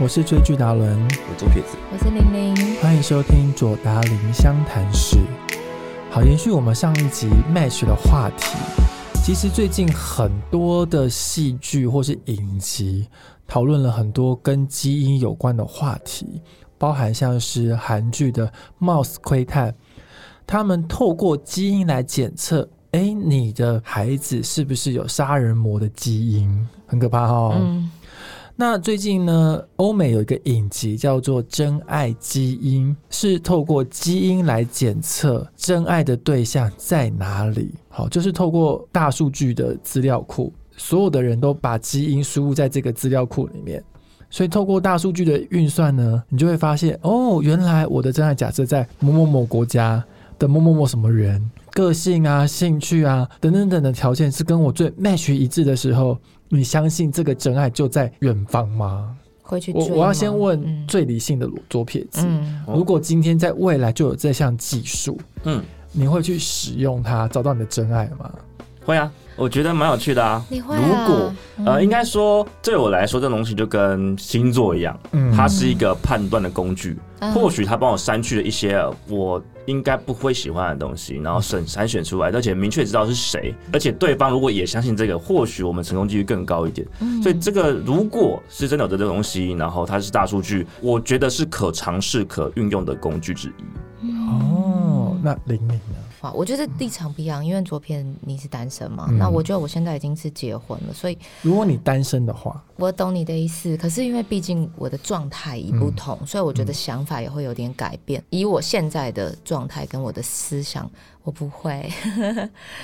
我是追剧达伦，我左撇子，我是玲玲，欢迎收听左达林湘潭市。好，延续我们上一集 match 的话题，其实最近很多的戏剧或是影集讨论了很多跟基因有关的话题，包含像是韩剧的《Mouse 窥探》，他们透过基因来检测，哎，你的孩子是不是有杀人魔的基因？很可怕哦。嗯，那最近呢，欧美有一个影集叫做《真爱基因》，是透过基因来检测真爱的对象在哪里。好，就是透过大数据的资料库，所有的人都把基因输入在这个资料库里面。所以透过大数据的运算呢，你就会发现，哦，原来我的真爱假设在某某某国家的某某某什么人，个性啊、兴趣啊等等等的条件是跟我最 match 一致的时候，你相信这个真爱就在远方吗？回去我追我要吗先嗯问最理性的左撇子，嗯，如果今天在未来就有这项技术，嗯，你会去使用它找到你的真爱吗？会啊，我觉得蛮有趣的啊。你会、啊、如果呃，嗯应该说对我来说，这东西就跟星座一样，嗯，它是一个判断的工具。嗯或许它帮我删去了一些呃我应该不会喜欢的东西，然后审筛选出来，而且明确知道是谁，而且对方如果也相信这个，或许我们成功几率更高一点。嗯所以这个如果是真的有这个东西，然后它是大数据，我觉得是可尝试、可运用的工具之一。哦，那玲玲呢？哇，我觉得立场不一样，因为昨天你是单身嘛，嗯那我觉得我现在已经是结婚了，所以如果你单身的话，我懂你的意思。可是因为毕竟我的状态已嗯不同，所以我觉得想法也会有点改变。以我现在的状态跟我的思想，我不会。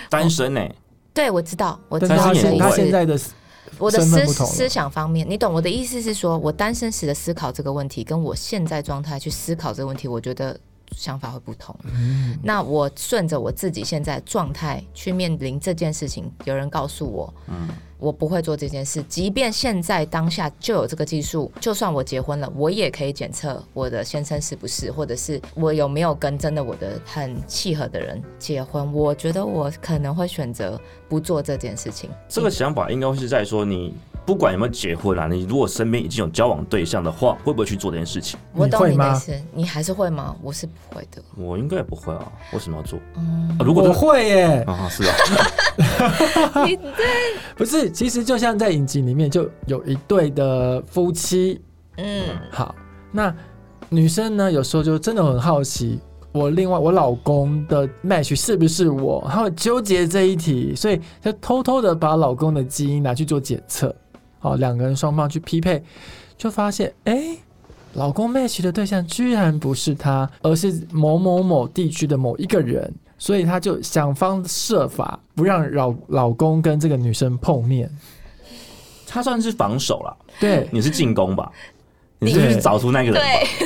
单身呢、对，我知道，我知但是道他单身你的也现意不他会现思。在的我的身份思不同了思想方面，你懂我的意思是说，我单身时的思考这个问题，跟我现在状态去思考这个问题，我觉得想法会不同。嗯那我顺着我自己现在状态去面临这件事情，有人告诉我，嗯我不会做这件事，即便现在当下就有这个技术，就算我结婚了，我也可以检测我的先生是不是，或者是我有没有跟真的我的很契合的人结婚。我觉得我可能会选择不做这件事情。这个想法应该是在说，你不管有没有结婚啊，你如果身边已经有交往对象的话，会不会去做这件事情？我你懂会你的吗意思，你还是会吗？我是不会的。我应该也不会啊，为什么要做？嗯，啊、如果我都会耶，啊，是啊，你不是，其实就像在影集里面就有一对的夫妻，嗯好，那女生呢，有时候就真的很好奇，我另外我老公的 match 是不是我，她会纠结这一题，所以就偷偷的把老公的基因拿去做检测，好，两个人双方去匹配，就发现，哎、老公 match 的对象居然不是他，而是某某某地区的某一个人，所以她就想方设法不让老老公跟这个女生碰面。 他算是防守啦，对，你是进攻吧？你对是不是找出那个人吧？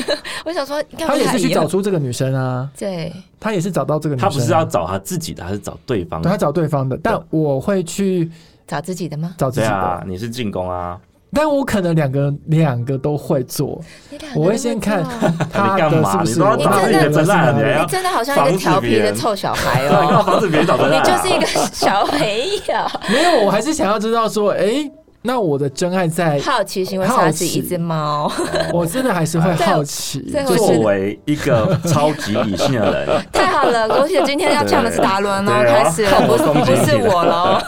对，我想说，应该他不也太是一去找样。出这个女生啊，对，他也是找到这个女生、他啊，不是要找他自己的，他是找嗯对方对他的。找对方的，但我会去找自己的吗？找自对己的，啊，你是进攻啊，但我可能两个两个都会做，你两个我会都先做看 他你干的嘛是不是你都要找自己的真爱了你还要你真的好像一防个止调皮别的人臭小孩干 嘛 哦，防止别人找对你象啊？就是一个小朋友。没有，我还是想要知道说，哎，那我的真爱 在，好奇心会好杀死奇一只猫，我真的还是会对好奇，对就是我觉得 作为一个超级理性的人，太好了！而且今天要呛的是达伦哦，对啊开始了，不是攻击不是你了我喽，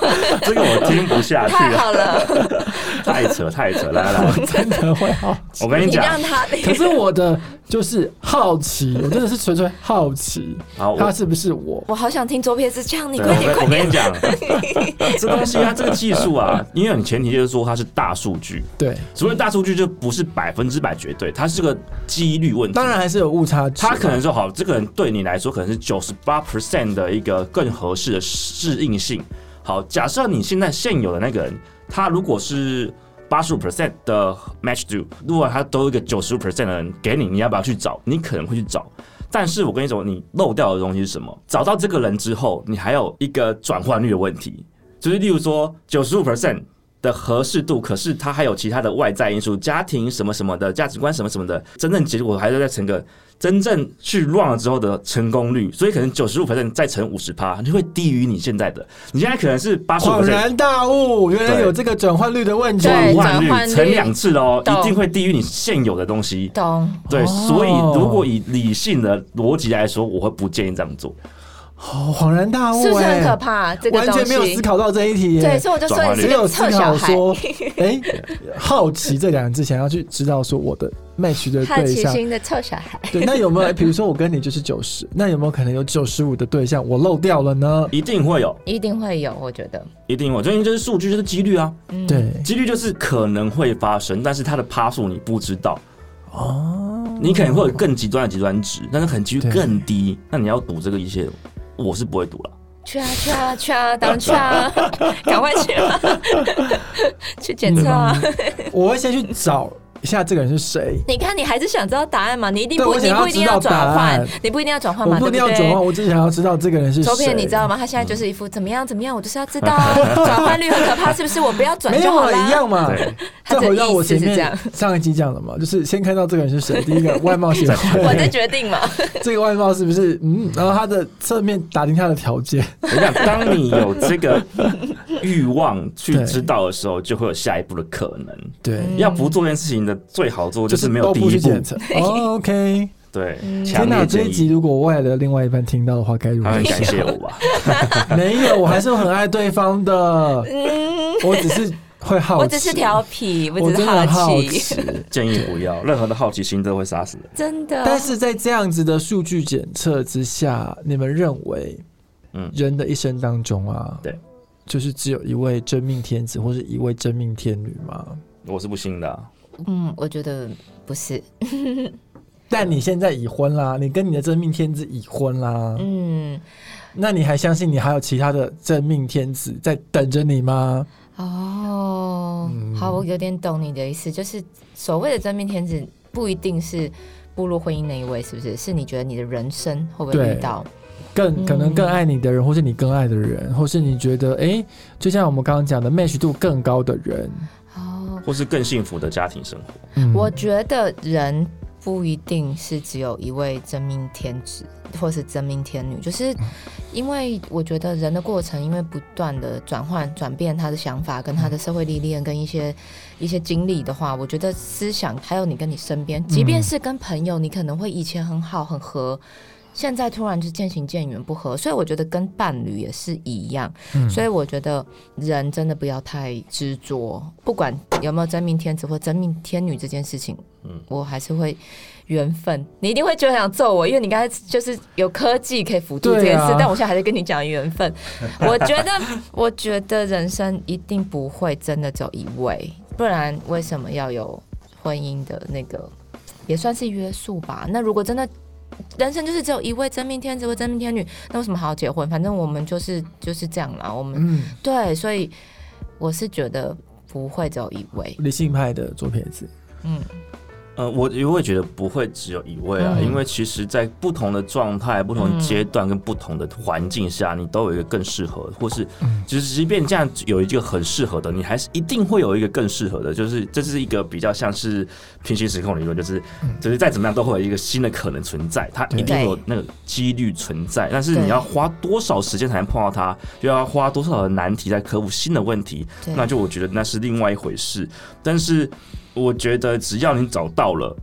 这个我听不下去太了，好了，太扯太扯！来来，来真的会好奇。我跟你你讲，啊让他，可是我的就是好奇，我真的是纯粹好奇，好，我他是不是我？我好想听左撇子呛你，对，快我点跟快我点，跟你讲， 这东西它这个技术啊，因为你前提就是说它是大数据，对，所谓大数据就不是百分之百绝对，它是个几率问题。当然，还是有误差值啊，它可能说好，这个人对你来说可能是九十八 percent 的一个更合适的适应性。好，假设你现在现有的那个人，他如果是八十五 percent 的 match do，如果他都有一个九十五 percent 的人给你，你要不要去找？你可能会去找。但是我跟你说，你漏掉的东西是什么？找到这个人之后，你还有一个转换率的问题，就是例如说九十五 percent 的合适度，可是它还有其他的外在因素，家庭什么什么的，价值观什么什么的，真正结果还是在乘个真正去 run 了之后的成功率，所以可能九十五 percent 再乘五十趴，就会低于你现在的。你现在可能是八十五恍然大悟，原来有这个转换率的问题。对转换转换率率乘两次哦，懂一定会低于你现有的东西。懂。对，哦所以如果以理性的逻辑来说，我会不建议这样做。哦，恍然大悟、欸，是不是很可怕？这个完东西全没有思考到这一题耶、对，所以我就说你只是有个思臭小考孩。说，哎、好奇这两个字，想要去知道说我的 match 的好呃对奇象。心的臭小孩，对，那有没有？比如说我跟你就是九十，那有没有可能有九十五的对象我漏掉了呢？一定会有，一定会有，我觉得。一定会有。最近就是数据，就是几率啊，嗯，对，几率就是可能会发生，但是它的趴数你不知道，哦，你可能会有更极端的极端值，但是可能几率对更低。那你要赌这个一些，我是不会赌了。去啊去啊去啊，当去 啊，赶快去啊， 去检测啊！我会先去找一下这个人是谁。你看，你还是想知道答案嘛？你一定对不，我你想不要一定知道要转答案换，你不一定要转换我嘛，不一定对要转换，对？我只是想要知道这个人是谁。周片你知道吗？他现在就是一副怎么样怎么样，我就是要知道 啊转换率很可怕，是不是？我不要转没就有好啊，一啦。样嘛对。再回到我前他的意思是这面样上一集讲的嘛，就是先看到这个人是谁，第一个外 貌协我在会，决定嘛，这个外貌是不是嗯，然后他的侧面打听他的条件，我想，当你有这个欲望去对知道的时候，就会有下一步的可能。对，嗯要不做这件事情的最好做就是没有都第不去一步。检 测。哦 OK，对，强天哪，烈这建一集议。哎如果我未来的另外一半听到的话，该如他何会感是谢好？我吧？没有，我还是很爱对方的，我只是会好奇，嗯我只是调皮，我我只是真的好好奇，奇。建议不要，任何的好奇心都会杀死人。真的。但是在这样子的数据检测之下，你们认为，嗯人的一生当中啊，对，就是只有一位真命天子或是一位真命天女吗？我是不信的啊、嗯，我觉得不是，但你现在已婚啦，你跟你的真命天子已婚啦，嗯，那你还相信你还有其他的真命天子在等着你吗？哦，好，我有点懂你的意思，就是所谓的真命天子不一定是步入婚姻那一位，是不是？是你觉得你的人生会不会对遇到？更嗯可能更爱你的人，或是你更爱的人，或是你觉得哎、诶就像我们刚刚讲的 match 度更高的人，哦，或是更幸福的家庭生活。嗯我觉得人不一定是只有一位真命天子或是真命天女，就是因为我觉得人的过程，因为不断的转换、转变他的想法，跟他的社会历练，跟一些一些经历的话，我觉得思想还有你跟你身边，即便是跟朋友，你可能会以前很好很合。现在突然就渐行渐远不合，所以我觉得跟伴侣也是一样。嗯所以我觉得人真的不要太执着，不管有没有真命天子或真命天女这件事情，嗯我还是会缘分。你一定会觉得想揍我，因为你刚才就是有科技可以辅助这件事，对啊但我现在还在跟你讲缘 分。我觉得，我觉得人生一定不会真的只有一位，不然为什么要有婚姻的那个也算是约束吧？那如果真的人生就是只有一位真命天子或真命天女，那为什么还要结婚？反正我们就是就是这样啦。我们、嗯，对，所以我是觉得不会只有一位。理性派的左撇子，嗯，呃，我我也觉得不会只有一位啊，嗯因为其实，在不同的状态、不同嗯阶段跟不同的环境下，你都有一个更适合，或是就是即便这样有一个很适合的，你还是一定会有一个更适合的。就是这是一个比较像是平行时空理论，就是就是再怎么样都会有一个新的可能存在，它一定会有那个几率存在。但是对你要花多少时间才能碰到它，又要花多少的难题在克服新的问题，对，那就我觉得那是另外一回事。但是我觉得只要你找到了，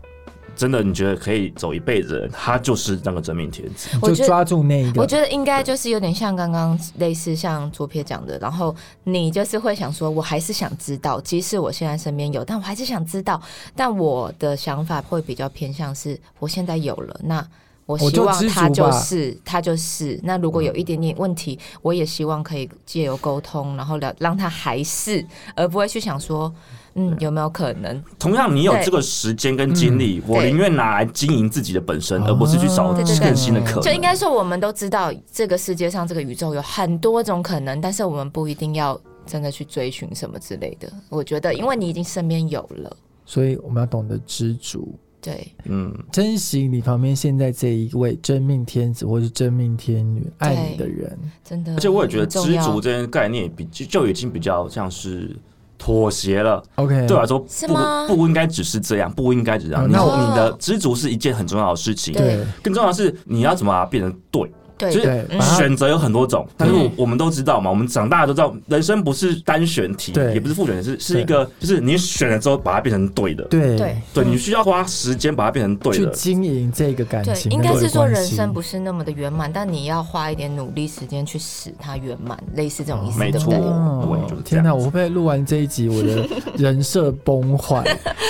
真的你觉得可以走一辈子的人，他就是那个真命天子。我就觉得抓住那一我个，觉得应该就是有点像刚刚类似像左撇讲的，然后你就是会想说，我还是想知道，即使我现在身边有，但我还是想知道。但我的想法会比较偏向是，我现在有了，那我我希就望知他足就吧是他就是。那如果有一点点问题，我也希望可以借由沟通，然后了让他还是，而不会去想说，嗯，有没有可能？同样，你有对嗯这个时间跟精力，我对宁愿拿来经营自己的本身，哦而不是去找对对对更新的可能。就应该说，我们都知道这个世界上这个宇宙有很多种可能，但是我们不一定要真的去追寻什么之类的。我觉得，因为你已经身边有了，所以我们要懂得知足，对嗯，珍惜你旁边现在这一位真命天子或是真命天女爱你的人，真的。而且我也觉得知很重足要，这些概念比就就已经比较像是。妥协了。 OK，对我来说，是吗不不应该只是这样，不应该只是这样。嗯你那我你的知足是一件很重要的事情，对对更重要的是你要怎么把它变成对。对就对对是嗯把它选择有很多种，但是我嗯我们都知道嘛，我们长大都知道，人生不是单选题，对也不是复选题，是是一个，就是你选了之后把它变成对的，对对对，你需要花时间把它变成对去的，经营这个感情，应该是说人生是不是那么的圆满，但你要花一点努力时间去使它圆满，类似这种意思，没对不错对？我也哦就是这样子天哪！我会不会录完这一集，我的人设崩 坏，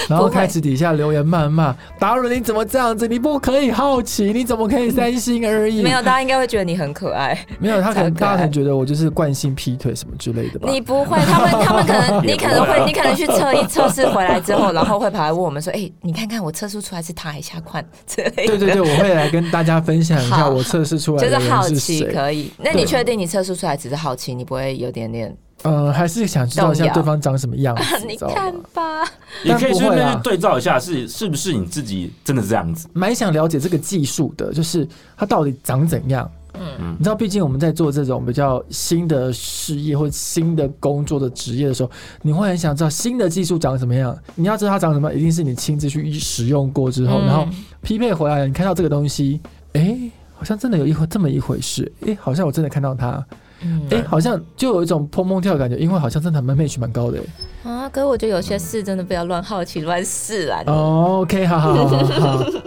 然后开始底下留言谩骂，达伦你怎么这样子？你不可以好奇，你怎么可以三心二意？没有，大家应该会觉得你很 可爱。没有，他可能超可爱大家可能觉得我就是惯性劈腿什么之类的吧。你不会，他们他们可 能也你不会可啊能会你可能去测一测试回来之后，然后会跑来问我们说：“哎、你看看我测速出来是他还是下款之类对的。”对对，我会来跟大家分享一下 好我测试出来就的是人好是奇谁。可以，那你确定你测速出来只是好奇，你不会有点 点？呃，还是想知道一下动摇对方长什么样子， 你知道吗看吧，也可以去但不会那啊边对照一下，是是不是你自己真的这样子？蛮想了解这个技术的，就是它到底长怎样。嗯嗯，你知道，毕竟我们在做这种比较新的事业或新的工作的职业的时候，你会很想知道新的技术长什么样。你要知道它长什么样，一定是你亲自去使用过之后，嗯然后匹配回来，你看到这个东西，诶，好像真的有一回这么一回事，诶，好像我真的看到它，嗯诶，好像就有一种砰砰跳的感觉，因为好像真的蛮 match 蛮高的、诶啊，可是我觉得有些事真的不要乱好奇、乱试啊啦。哦 OK，好好好好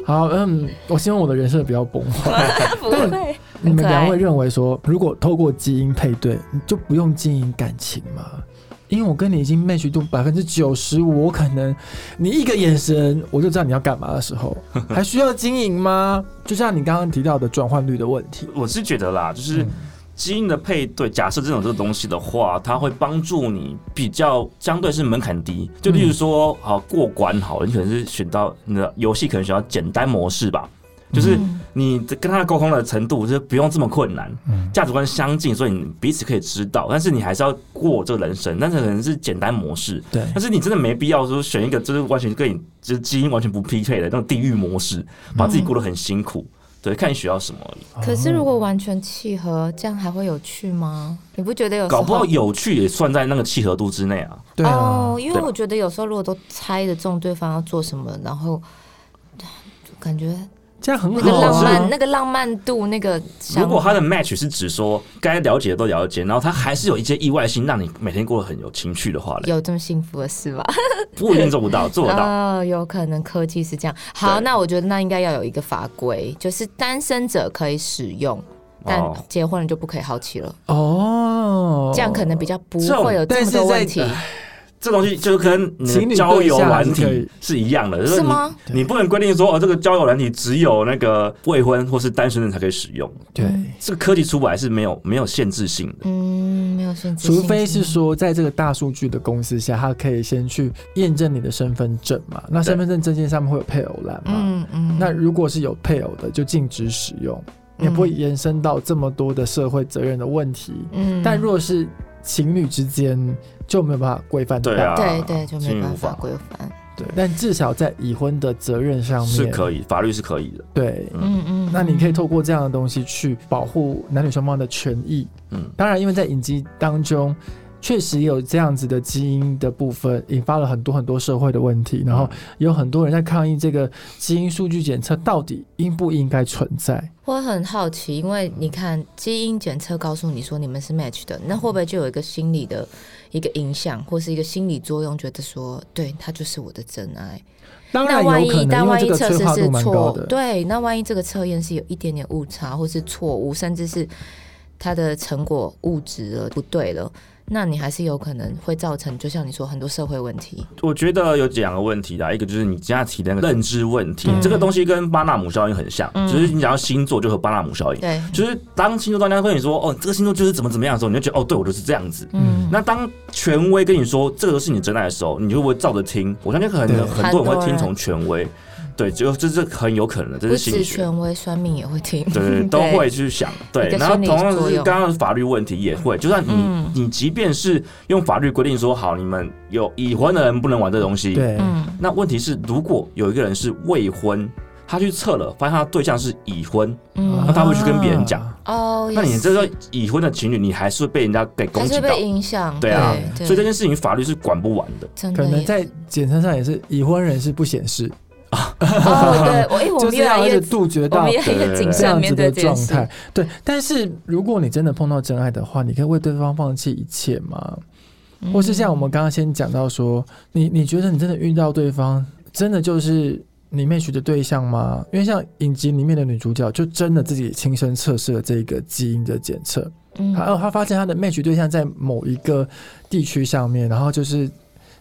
好好，嗯，我希望我的人设不要崩坏。不会，你很们可两位爱。认为说，如果透过基因配对，你就不用经营感情吗？因为我跟你已经 match 度百分之九十五，我可能你一个眼神我就知道你要干嘛的时 候，还需要经营吗？就像你刚刚提到的转换率的问题，我是觉得啦，就是嗯基因的配对，假设这种这个东西的话，它会帮助你比较相对是门槛低。就例如说，好过关好了，你可能是选到你的游戏可能选到简单模式吧，就是你跟他沟通的程度就是不用这么困难，价值观相近，所以你彼此可以知道，但是你还是要过这个人生，但是可能是简单模式。对，但是你真的没必要说选一个就是完全跟你就是基因完全不匹配的那种地狱模式，把自己过得很辛苦。对，看你学到什么而已。可是如果完全契合，这样还会有趣吗？你不觉得有时搞不好候？有趣也算在那个契合度之内啊。对啊哦，，因为我觉得有时候如果都猜得中对方要做什么，然后感觉这样很那个好浪啊漫、。那个浪漫度、那个想如果他的 match 是指说该了解的都了解，然后他还是有一些意外性，让你每天过得很有情趣的话嘞，有这么幸福的事吗？不一定做不到，做得到。 哦，有可能科技是这样。好，对那我觉得那应该要有一个法规，就是单身者可以使用，但哦结婚了就不可以好奇了。哦，这样可能比较不这种会有这但么是多问在题。这东西就跟你情侣对的交友象软是可以体是一样的，就是是你吗你不能规定说哦，这个交友软体只有那个未婚或是单身人才可以使用。对。这个科技出来是没有没有限制性的。嗯，没有限制性，除非是说，在这个大数据的公司下，他可以先去验证你的身份证嘛？那身份证证件上面会有配偶栏嘛？嗯嗯，那如果是有配偶的，就禁止使用，也不会延伸到这么多的社会责任的问题。嗯，但若是情侣之间，就没有办法规范到对啊，对对就没进入办法法规范。对但至少在已婚的责任上面是可以，法律是可以的。对。嗯嗯，那你可以透过这样的东西去保护男女双方的权益。嗯，当然，因为在影集当中，确实有这样子的基因的部分，引发了很多很多社会的问题，然嗯后有很多人在抗议这个基因数据检测到底应不应该存在。我很好奇，因为你看基因检测告诉你说你们是 match 的，那会不会就有一个心理的一个影响，或是一个心理作用，觉得说对他就是我的真爱？当那然万有可一，能，但因为万这一个测催试化度是蛮高错的，。对，那万一这个测验是有一点点误差，或是错误，甚至是它的成果误值了不对了，那你还是有可能会造成，就像你说很多社会问题。我觉得有两个问题啦，一个就是你现在提的那个认知问题，嗯这个东西跟巴纳姆效应很像，嗯就是你讲到星座就和巴纳姆效应，对，就是当星座专家跟你说哦，这个星座就是怎么怎么样的时候，你就觉得哦，对我就是这样子。嗯嗯，那当权威跟你说这个是你真爱的时候，你会不会照着听？我相信很对很多人很多会人听从权威，对，就这是很有可能的，这不是心止理学。权威，算命也会听，对 对，对都会去想。对一，个然后心理同样作是用刚刚的法律问题也会，就算你、嗯你即便是用法律规定说好，你们有已婚的人不能玩这东西，对，嗯，那问题是，如果有一个人是未婚，他去测了，发现他的对象是已婚，嗯那他会去跟别人讲啊哦，那你也这是个已婚的情侣，你还是会被人家给攻还击是到被。影响，对啊，对所以这件事情法律是管不完的。真的可能耶在检测上也是已婚人士不显示， 哦，对，我哎，我就们是越来要一越直杜绝我到们越来对对越对谨这慎样面子对的这件状事。态。对，但是如果你真的碰到真爱的话，你可以为对方放弃一切吗？嗯或是像我们刚刚先讲到说，你你觉得你真的遇到对方，真的就是你 match 的对象吗？因为像影集里面的女主角，就真的自己亲身测试了这个基因的检测，嗯然后她哦发现她的 match 对象在某一个地区上面，然后就是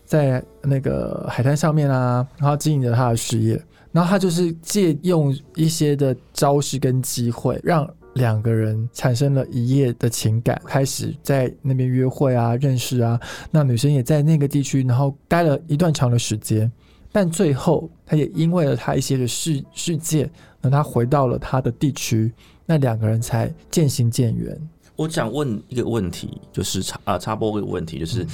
在那个海滩上面啊，然后经营着她的事业，然后她就是借用一些的招式跟机会，让两个人产生了一夜的情感，开始在那边约会啊、认识啊。那女生也在那个地区，然后待了一段长的时间，但最后她也因为了她一些的事事件，那她回到了她的地区，那两个人才渐行渐远。我想问一个问题，就是插啊、插播一个问题，就是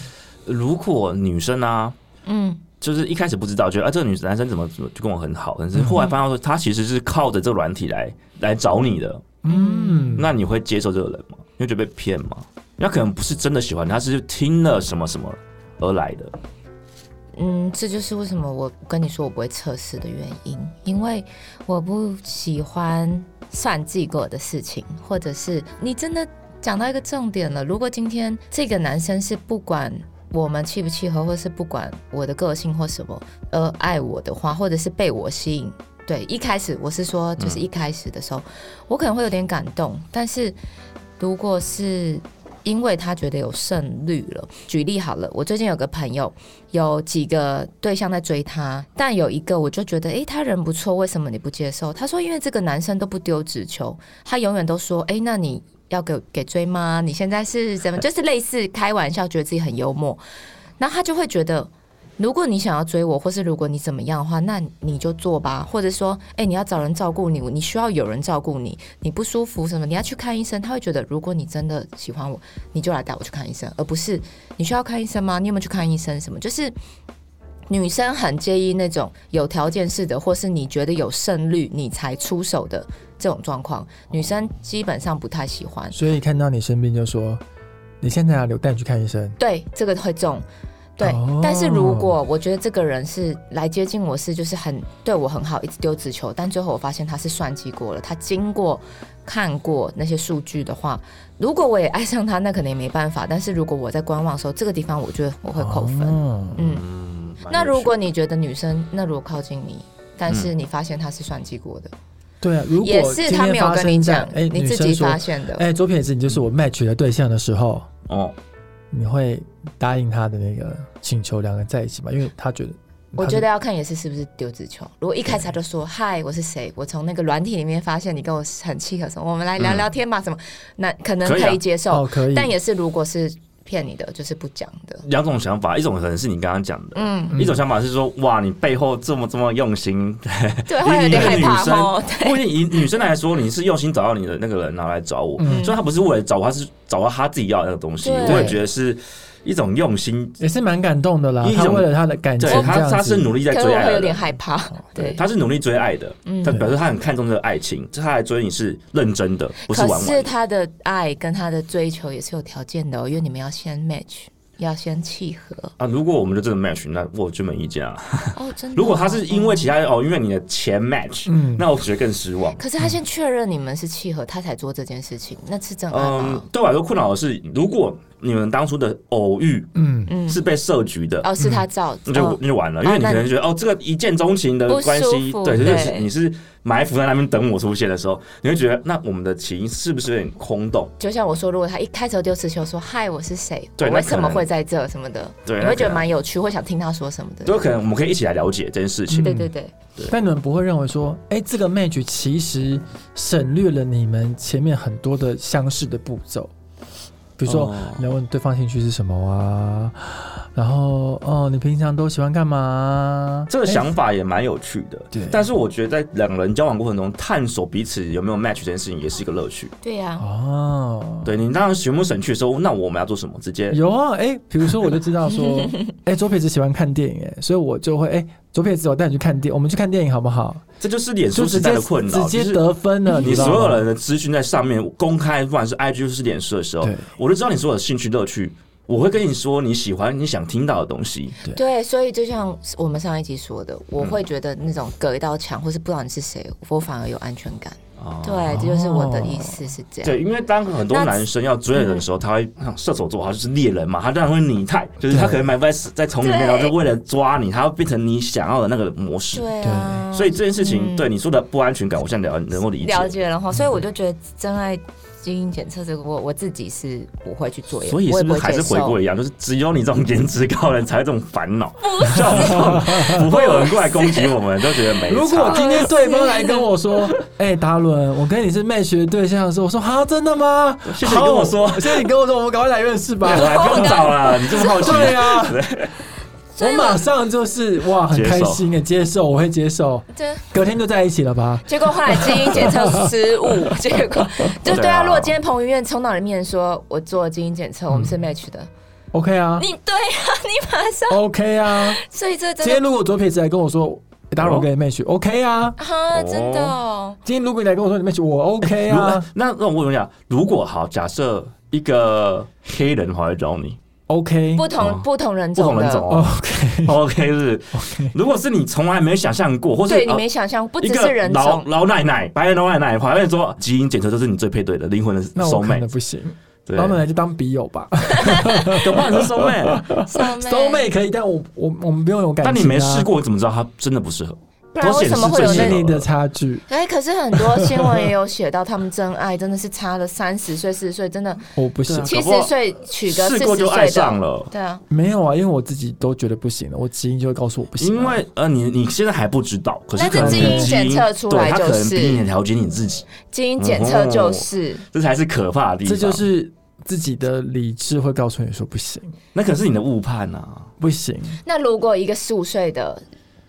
如果女生啊，嗯就是一开始不知道，觉得啊这个女男生怎么怎么就跟我很好，但是后来发现说他其实是靠着这个软体来来找你的，嗯，那你会接受这个人吗？你会觉得被骗吗？那可能不是真的喜欢你，他是听了什么什么而来的。嗯，这就是为什么我跟你说我不会测试的原因，因为我不喜欢算计过的事情，或者是你真的讲到一个重点了。如果今天这个男生是不管我们契不契合，或是不管我的个性或什么而爱我的话，或者是被我吸引，对，一开始我是说，就是一开始的时候，我可能会有点感动，但是如果是因为他觉得有胜率了，举例好了，我最近有个朋友有几个对象在追他，但有一个我就觉得，诶，他人不错，为什么你不接受？他说，因为这个男生都不丢纸球，他永远都说，诶，那你要给给追吗？你现在是怎么？就是类似开玩笑，觉得自己很幽默，然后他就会觉得。如果你想要追我，或是如果你怎么样的话，那你就做吧。或者说，诶，你要找人照顾你，你需要有人照顾你，你不舒服什么，你要去看医生。他会觉得，如果你真的喜欢我，你就来带我去看医生，而不是你需要看医生吗？你有没有去看医生？什么？就是女生很介意那种有条件式的，或是你觉得有胜率你才出手的这种状况，女生基本上不太喜欢。所以看到你生病就说，你现在哪里？我带你去看医生。对，这个会中。对，哦但是如果我觉得这个人是来接近我是就是很对我很好，一直丢直球，但最后我发现他是算计过了，他经过看过那些数据的话，如果我也爱上他，那可能也没办法。但是如果我在观望的时候，这个地方我觉得我会扣分。哦嗯，嗯，蛮有趣的那如果你觉得女生，那如果靠近你，但是你发现她是算计过的，对嗯啊，如果也是她没有跟你讲，今天发生在哎，你女自生己说发，嗯现的。哎，左撇子，你就是我 match 的对象的时候，哦，你会答应他的那个请求，两个人在一起吗？因为他觉得，我觉他得要看也是是不是丢纸球。如果一开始他就说“嗨，我是谁？我从那个软体里面发现你跟我很契合，什么我们来聊聊天吧，什么那可能可以啊可以接是受，哦可以，但也是如果是骗你的，就是不讲的。两种想法，一种可能是你刚刚讲的。嗯，一种想法是说，哇，你背后这么这么用心，对，会有点害怕女生哦。或者以女生来说，你是用心找到你的那个人，然后来找我，嗯所以他不是为了找我，他是找到他自己要的那个东西。对我也觉得是一种用心，也是蛮感动的啦一。种他为了他的感情对哦这样他子，他是努力在可是追我爱会有的点人，害怕，对。他是努力追爱的，嗯他表示他很看重这个爱情，就他来追你是认真的，不是可玩玩是的。他的爱跟他的追求也是有条件的哦，因为你们要先 match，要先契合。 啊，如果我们就真的 match，那我就没意见啊。哦，真的哦。如果他是因为其他人哦，因为你的钱 match，、嗯，那我觉得更失望。可是他先确认你们是契合，他才做这件事情，那是真爱嗯吗？，对我来说困扰的是，如果你们当初的偶遇嗯，嗯，是被设局的，哦，是他造，嗯那就哦那就完了，哦因为你那可能觉得哦，这个一见钟情的关不舒系，服对，就是对你是埋伏在那边等我出现的时候，你会觉得那我们的情是不是有点空洞？就像我说，如果他一开头丢词球说“嗨，我是谁，我对为那可什么能会在这”什么的，对你那会可觉得能蛮有趣，会想听他说什么的。就可能我们可以一起来了解这件事情。对对对，但你们不会认为说，哎、这个 match 其实省略了你们前面很多的相似的步骤，比如说、哦你要问对方兴趣是什么啊，然后哦，你平常都喜欢干嘛？这个哎想法也蛮有趣的。对但是我觉得在两人交往过程中，探索彼此有没有 match 这件事情也是一个乐趣。对呀、哎哦，对你当全部省去的时候，那我们要做什么？直接有啊，哎、比如说我就知道 说，哎、左撇子喜欢看电影，哎，所以我就会，哎、左撇子，我带你去看电，我们去看电影好不好？这就是脸就书时直代接的困扰，直接就是得分了，你知道啊所吗有人的资讯在上面公开，不管是 IG 就是脸书的时候对，我就知道你所有的兴趣乐趣。我会跟你说你喜欢、你想听到的东西。对，所以就像我们上一集说的，我嗯会觉得那种隔一道墙，或是不知道你是谁，我反而有安全感。哦对，这就是我的意思是这样。对，因为当很多那男生要追人的时候，他会像射手座，他就是猎人嘛，他当然会拟态，就是他可能埋伏在在丛林里面，对然后就为了抓你，他会变成你想要的那个模式。对啊，所以这件事情对你说的不安全感，我现在了能够理解。了解了哈，所以嗯我就觉得真爱基因检测这个，我我自己是不会去做，也所以我是也不不是会还是接回受过。一样，就是只有你这种颜值高的人才有这种烦恼， 像我这种不会有人过来攻击我们，都觉得没哎如果差。今天对方来跟我 说，哎、达伦，我跟你是妹学的对象的时候，我说哈，真的吗？谢谢你跟我说好谢谢你跟我说，我们赶快来认识吧。 我还啊不用找了，你这么好奇，对啊呀、 所我以马上就是哇，很开心哎，接受，我会接受，这隔天就在一起了吧？结果后来基因检测 失误，结果就对对啊啊。如果今天彭于晏冲到你面说，我做基因检测，我们嗯是 match 的， OK 啊你对啊，你马上， ，OK 啊。所以这今 真天的如果左撇子来跟我说，哎哦达伦，我跟你妹学 o k 啊。啊，真的哦，今天如果你来跟我说你妹学，我 OK 如啊果那那我问一下，如果好，假设一个黑人跑来找你，OK 不哦同不同人不种同人种的，哦 OK ，OK 是不是如果是你从来没想象过，或是对你呃没想象，不一只个是人老种，老奶奶，白人老奶奶，跑来说基因检测就是你最配对的灵魂的那我收可妹能，不行，对，老奶奶就当笔友吧，搞不好你是收妹， 啊收妹可以，但我我我们不用有感情、啊。但你没试，过，你怎么知道他真的不适合？不然为什么会都有显年示那正龄的差距，哎，可是很多新闻也有写到，他们真爱真的是差了三十岁、四十岁，真的我不行对啊。七搞不好十岁娶个四试过十就岁爱上的，了。对啊，没有啊，因为我自己都觉得不行了，我基因就会告诉我不行、啊。因为呃，你你现在还不知道，可是那可这能基基因因检测出来对它就可能是比你了解你自己，基因检测就是。这才是可怕的地方。这就是自己的理智会告诉你说不行，那可是你的误判啊！不行，那如果一个十五岁的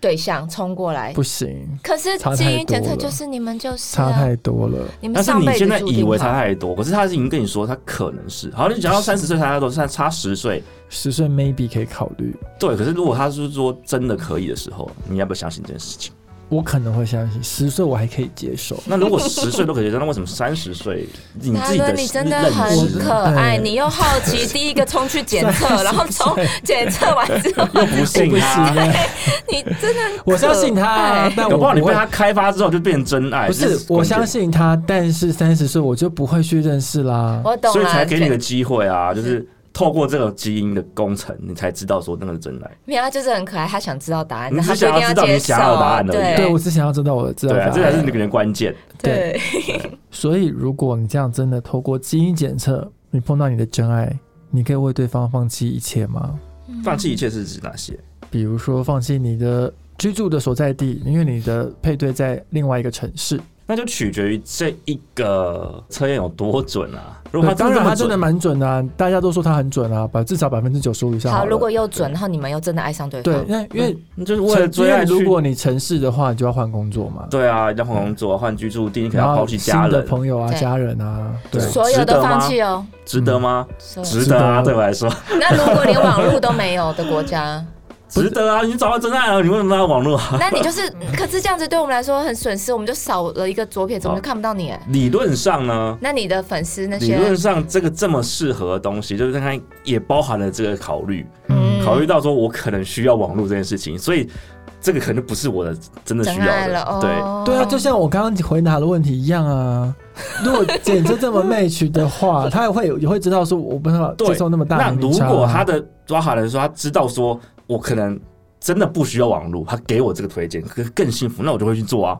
对象冲过来，不行，可是差太基因检测多了就是你们哎就是、差啊，太多了。你们但是上你辈现子在注以定为差好。太多，可是他已经跟你说他可能是，好，你讲到 三十岁，他都差差十岁，十岁 maybe 可以考虑，对。可是如果他是说真的可以的时候，你要不要相信这件事情？我可能会相信，十岁我还可以接受。那如果十岁都可以接受，那为什么三十岁你他自己 说的你真的认很知可爱，对你又好 奇，第一个冲去检测，然后从检测完之后，又不信我不他行？啊，你真的很 我相信他可啊爱，但搞我不好你不被会。他开发之后就变真爱。不这是，我关键相，信他，但是三十岁我就不会去认识啦。我懂啊所以了，才给你觉个机会啊，就是透过这个基因的工程，你才知道说那个是真爱。没有，他就是很可爱，他想知道答案，你但他只不一想定要知道接你受啊想要的答案而对已对我只想要知道我的知道对答啊，案。这才是你个人关键。对，所以，如果你这样真的透过基因检测，你碰到你的真爱，你可以为对方放弃一切吗？放弃一切是指哪些？比如说，放弃你的居住的所在地，因为你的配对在另外一个城市。那就取决于这一个测验有多准啊。如果对他当然，他真的准蛮准的啊、大家都说他很准啊，百至少百分之九十五以上好，了如果又准，然后你们又真的爱上对对方，，那因为就是为了追爱因为去如果你城市的话，你就要换工作嘛，对啊，要换工作、换居住地，你可能然要后抛弃新家的人，朋友啊、对家人啊，对，所有值的得吗放弃哦。值得吗？所有值得啊，嗯值得对我来说，那如果连网络都没有的国家，值得啊！你找到真爱了，你为什么要网络 啊？那你就是，可是这样子对我们来说很损失，我们就少了一个左撇子，我们就看不到你哎。理论上呢，那你的粉丝那理些，论上这个这么适合的东西，就是它也包含了这个考虑，嗯考虑到说我可能需要网络这件事情，所以这个可能不是我的真的真需要爱的，了哦。对。对啊，就像我刚刚回答的问题一样 啊。如果简直这么 match 的话，他也会有也会知道说我不知 道对接受那么大那的如落差啊果他的抓好人说他知道说我可能真的不需要网络，他给我这个推荐，可更幸福，那我就会去做啊。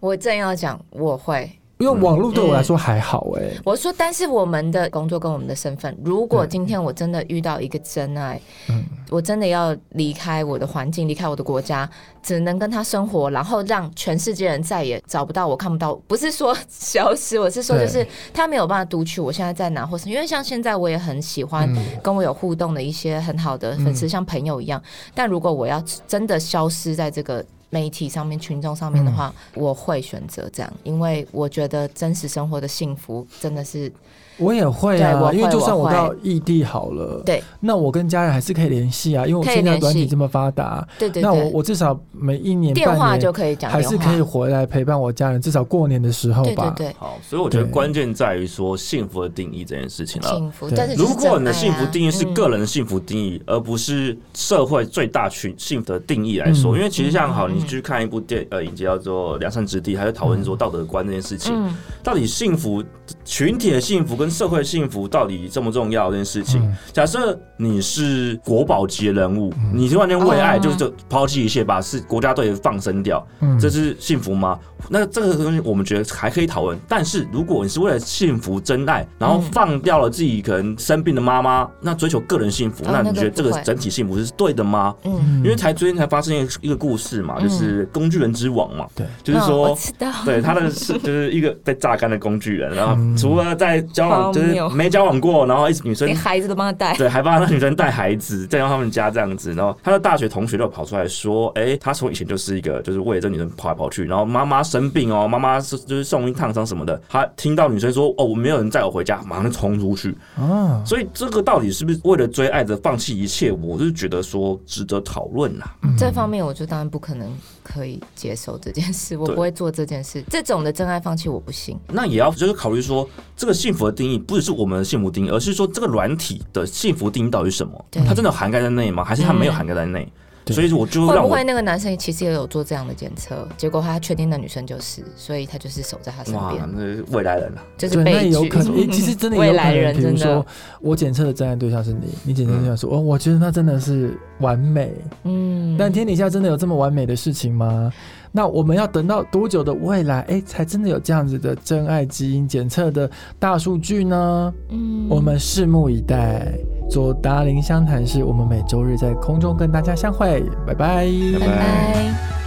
我正要讲，我会，因为网络对我来说还好哎、我说，但是我们的工作跟我们的身份，如果今天我真的遇到一个真爱，嗯我真的要离开我的环境，离开我的国家，只能跟他生活，然后让全世界人再也找不到我，看不到我，不是说消失，我是说对就是他没有办法读取我现在在哪，或是因为像现在我也很喜欢嗯跟我有互动的一些很好的粉丝，像朋友一样。但如果我要真的消失在这个媒体上面、群众上面的话，嗯我会选择这样，因为我觉得真实生活的幸福真的是我也会对我啊，会因为就算我我会到异地好了，对那我跟家人还是可以联系啊，因为我可以现在联系软体这么发达，对对那我对，我至少每一年电半话年就可以讲还电是话，可以回来陪伴我家人，至少过年的时候对对吧。对，好，所以我觉得对关键在于说幸福的定义这件事情了。幸福。对但是就如是果你的真爱啊幸福定义是嗯个人的幸福定义，而不是社会最大群幸福的定义来嗯说，因为其实像好，嗯你去看一部电呃影集叫做《梁山之地》，它就讨论说道德观这件事情。嗯，到底幸福、群体的幸福跟社会幸福到底重不重要这件事情？嗯假设你是国宝级人物，你就完全为哦爱就是就抛弃一切，把是国家队放生掉，嗯这是幸福吗？那这个东西我们觉得还可以讨论。但是如果你是为了幸福真爱，然嗯后放掉了自己可能生病的妈妈，那追求个人幸福，哦那那你个觉得这个不会整体幸福是对的吗？嗯，因为才最近才发生一个一个故事嘛，就是工具人之王嘛，对，就是嗯说我知道，对，他的 是就是一个被榨干的工具人，然后嗯除了在交往荒就是谬没交往过，然后一直女生连孩子都帮他带，对，还帮那女生带孩子，再到他们家这样子，然后他的大学同学都有跑出来说，哎、他从以前就是一个就是为了这女生跑来跑去，然后妈妈生病哦，妈妈是就是送医烫伤什么的，他听到女生说哦，我没有人载我回家，马上就冲出去，啊，所以这个到底是不是为了追爱的放弃一切，我是觉得说值得讨论啦。嗯这方面我就当然不可能可以接受这件事，我对不会做这件事。这种的真爱放弃我不信。那也要就是考虑说，这个幸福的定义不只是我们的幸福定义，而是说这个软体的幸福定义到底是什么？对嗯它真的有涵盖在内吗？还是它没有涵盖在内？对所以我就会让不我会那个男生其实也有做这样的检测，结果他确定那女生就是，所以他就是守在他身哇，边，那未来人啊，就是对，那悲也有剧。可 能，诶其实真的也有未可来能。人比如真说的，，我检测的真爱对象是你，你检测的对象是我，哦我觉得那真的是完美。嗯，但天底下真的有这么完美的事情吗？那我们要等到多久的未来，哎，才真的有这样子的真爱基因检测的大数据呢？嗯我们拭目以待。左嗯达林湘潭市，我们每周日在空中跟大家相会，拜拜拜拜拜。